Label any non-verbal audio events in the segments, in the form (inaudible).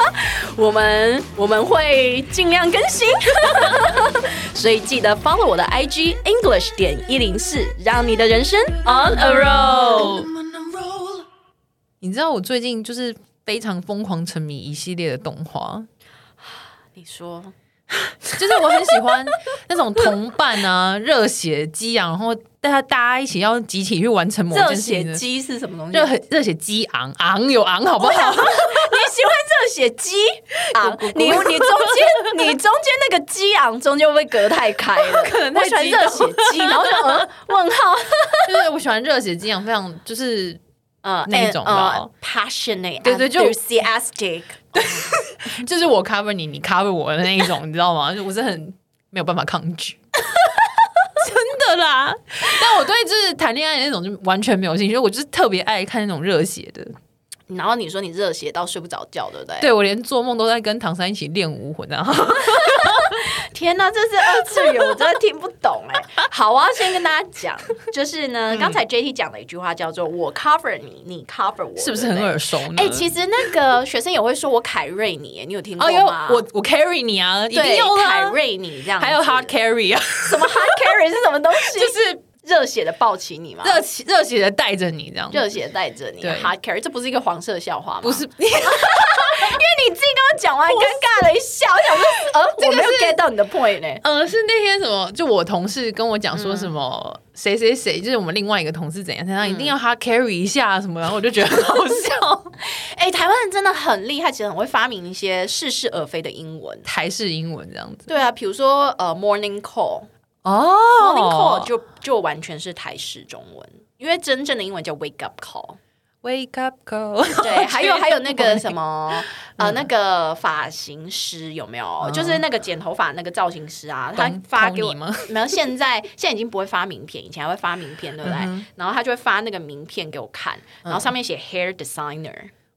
(laughs) 我们我们会尽量更新， (laughs) 所以记得 follow 我的 IG English 点一零四，让你的人生 on a roll。 I'm on a roll. 你知道我最近就是非常疯狂沉迷一系列的动画，你说就是我很喜欢那种同伴啊、热血激昂，然后大家大家一起要集体去完成某热件事情血的。鸡是什么东西？热热血激昂昂有昂好不好？你喜欢热血鸡 (laughs) 啊？你你 (laughs) 中间你中间那个激昂中间会不会隔太开 (laughs) 了？可能我太喜欢激动热血鸡，然后就呃问号就是我喜欢热血激昂，非常就是 (laughs) 呃那一种吧 passionate，对对就 enthusiastic。就是我 cover 你，你 cover 我的那一 (laughs) 种，你知道吗？就我是很没有办法抗拒。真的啦，但我对就是谈恋爱的那种就完全没有兴趣，我就是特别爱看那种热血的。然后你说你热血到睡不着觉，对不对？对我连做梦都在跟唐三一起练武魂啊！ (laughs) 天呐，这是二次元，我真的听不懂哎、 (laughs) 好，我要先跟大家 (laughs) 讲，就是嗯呢，刚才 JT 讲了一句话，叫做“我 cover 你，你 cover 我”，是不是很对对耳熟呢？哎、其实那个学生也会说我凯瑞你耶，你有听过哦哟，吗？我我 carry 你啊，一定对要凯啦。瑞你这样子，还有 hard carry 啊， (laughs) 什么 hard carry 是什么东 (laughs) 西？就是热血的抱起你吗？热血热血的带着你这样。热血带着你对 hard carry，这不是一个黄色笑话吗？不是，因为你自己跟我讲完，尴尬了一下，我想说， (laughs) 呃，我没有 get 到你的 point 呢、呃，是那天什么，就我同事跟我讲嗯说什么谁谁谁，就是我们另外一个同事怎样怎样，一定要他 carry 一下什么，然后我就觉得很好笑。 (laughs) (laughs) 哎、台湾人真的很厉害，其实很会发明一些似是而非的英文。台式英文这样子对啊，比如说呃，morning call，morning 哦 call 就就完全是台式中文，因为真正的英文叫 wake up call。 wake up call， (laughs) (laughs) 对，还有还有那个什么呃，嗯那个发型师有没有？就是那个剪头发那个造型师啊，他懂发给懂我你吗 (laughs) 没有？现在现在已经不会发名片，以前还会发名片，对不嗯对？然后他就会发那个名片给我看，然后上面写 hair designer，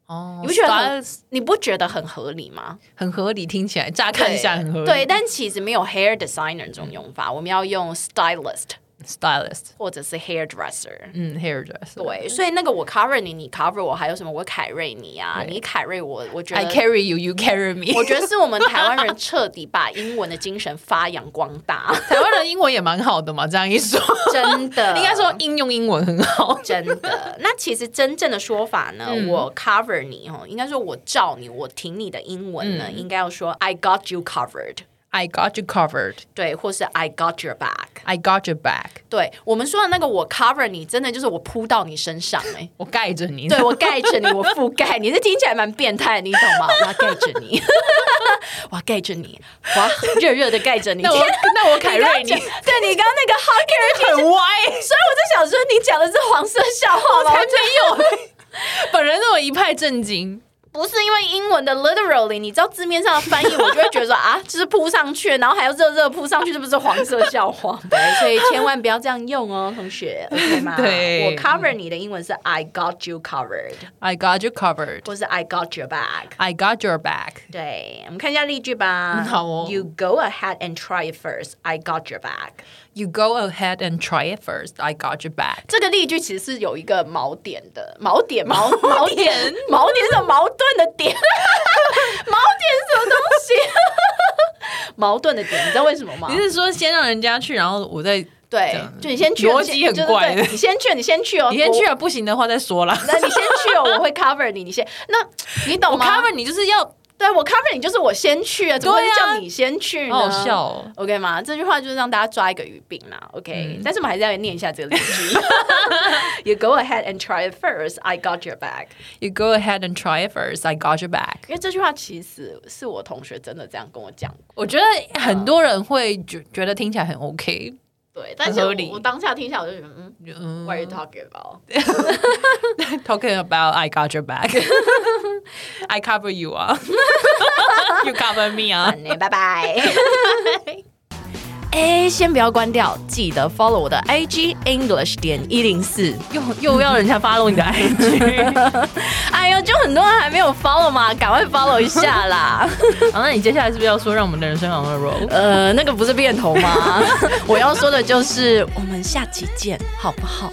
哦，你不觉得很 style 你不觉得很合理吗？很合理？听起来乍 (laughs) 看一下很合理。嗯对，但其实没有 hair designer 这种用法，我们要用 stylist stylist，或者是 hairdresser。嗯，hairdresser，对，所以那个我 cover 你，你 cover 我，还有什么我凯瑞你啊，你凯瑞我，我觉得，I carry you，you carry me。 (laughs) 我觉得是我们台湾人彻底把英文的精神发扬光大，台湾人英文也蛮好的嘛，这样一说， (laughs) 真的。应该说应用英文很好。真的。嗯那其实真正的说法呢，我 cover 你哦，应该说我罩你，我挺你的英文呢，应该要说 I got you covered， I got you covered, 对，或是 I got your back。 I got your back，对我们说的那个我 cover 你，真的就是我扑到你身上 (laughs) 哎、我盖着你。对我盖着你，我覆盖你，这听起来蛮变态，你懂吗？我要盖着 (laughs) 你，我要盖着你，我要热热的盖着你。 (laughs) 那我天啊那我凯瑞你刚刚讲对你刚刚那个 hard (laughs) carry 很歪，所以我就想说，你讲的是黄色笑话吗？才没有。 (laughs) 本人那么一派震惊， (laughs) 不是因为英文的 literally，你知道字面上的翻译，我就会觉得说啊，就是扑上去，然后还要热热扑上去，这不是黄色笑话？对，所以千万不要这样用哦，同 (laughs) 学，OK 吗？对我 cover 你的英文是 I got you covered， I got you covered, 或是 I got your back。 I got your back。对，我们看一下例句吧。好哦 You go ahead and try it first. I got your back. You go ahead and try it first. I got your back. 这个例句其实是有一个锚点的，锚点锚锚点 (laughs) 锚点是什么矛盾的 (laughs) 点，锚点是什么东西？ (laughs) 矛盾的点，你知道为什么吗你？是说先让人家去，然后我再对，就你先去，逻辑很就是怪对你先去，你先去哦， (laughs) 你先去我。 (laughs) 了不行的话再说啦。那你先去哦，我会 cover 你，你先那，你懂 (laughs) 我吗 cover 你就是要对我 cover 你就是我先去啊，怎么会对啊叫你先去呢？好好笑哦嗯 OK 吗？这句话就是让大家抓一个语病啦。OK，、但是我们还是要念一下这个例句。you go ahead and try it first. I got your back. You go ahead and try it first. I got your back. 因为这句话其实是我同学真的这样跟我讲过。我觉得很多人会觉觉得听起来很 OK，对，但是很合我理我当下听下来我就觉得，嗯嗯，What are you talking about？ (laughs) talking about I got your back. (laughs) I cover you 啊 (laughs) ，you cover me (laughs) 啊。你拜拜。 (laughs) 哎，先不要关掉，记得 follow 我的 IG English 点一零四，又又要人家 follow 你的 (laughs) IG，哎呦，就很多人还没有 follow 嘛，赶快 follow 一下啦。 (laughs) 好，那你接下来是不是要说让我们的人生好好 roll？呃，那个不是变头吗？ (laughs) 我要说的就是，我们下期见，好不好？